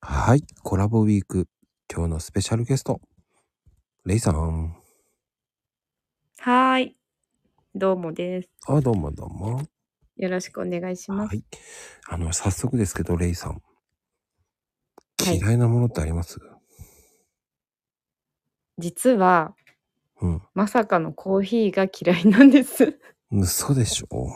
はい、コラボウィーク。今日のスペシャルゲスト、レイさん。はーい。どうもです。あ、どうもどうも。よろしくお願いしまはす。い。あの、早速ですけど、レイさん。はい嫌いなものってあります、実は、うん。まさかのコーヒーが嫌いなんです。嘘でしょ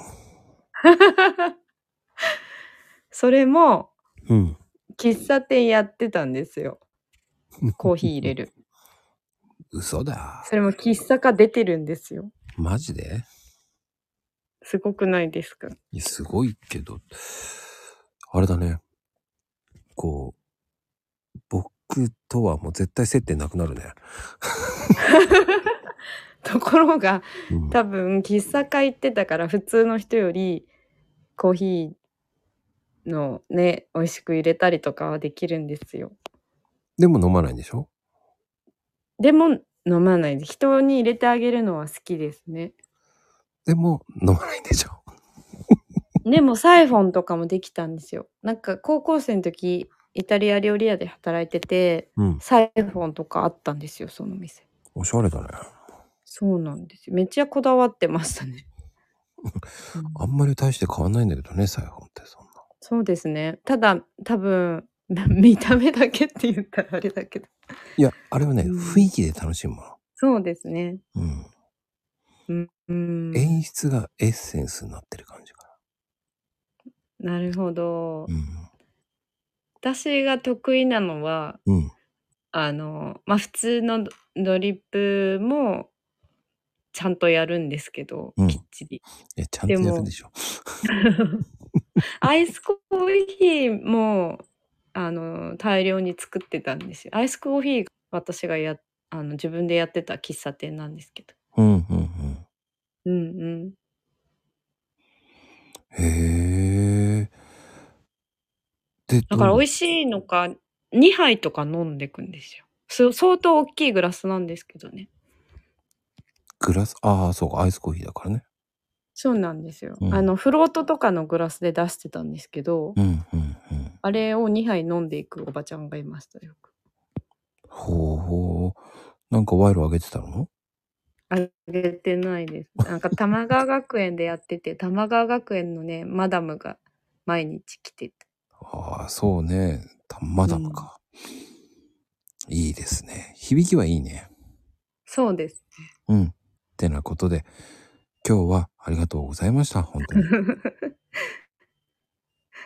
それも、うん。喫茶店やってたんですよ。コーヒー入れる。 嘘だ。それも喫茶化出てるんですよ。マジですごくないです かいやすごいけど、あれだね。こう、僕とはもう絶対接点なくなるね。ところが、うん、多分、喫茶化行ってたから、普通の人より、コーヒーのね、美味しく入れたりとかはできるんですよ。でも飲まないんでしょでも飲まないで人に入れてあげるのは好きですね。でも飲まないんでしょでもサイフォンとかもできたんですよ。なんか高校生の時イタリア料理屋で働いててうん。サイフォンとかあったんですよその店。おしゃれだね。そうなんですよ。めっちゃこだわってましたね。うんあんまり大して変わんないんだけどね、サイフォンってそんな。そうですね。ただ多分 な見た目だけって言ったらあれだけど。いや、あれはね、うん雰囲気で楽しむもそうですね。の。うん。うん。うん演出がエッセンスになってる感じかなるほど。な。私が得意なのはうん。うん。あのまあ普通のドドリップもちゃんとやるんですけど、うんきっちりいや、ちゃんとやるでしょ。アイスコーヒーもあの大量に作ってたんですよアイスコーヒーが私がやあの自分でやってた喫茶店なんですけどうんうんうん。うんへえ。で、うんだから美どう味しいのか2杯とか飲んでくんですよそう相当大きいグラスなんですけどねグラス、ああ、そうか、アイスコーヒーだからね。そうなんですよ、うんあのフロートとかのグラスで出してたんですけど、うんうんうん。あれを2杯飲んでいくおばちゃんがいましたよく。ほうほう。なんか賄賂あげてたのあげてないです。なんか玉川学園でやってて、玉川学園のね、マダムが毎日来てた。ああ、そうね。たマダムか。いいですね。響きはいいね。そうです。うん。ってなことで、今日はありがとうございました。本当に。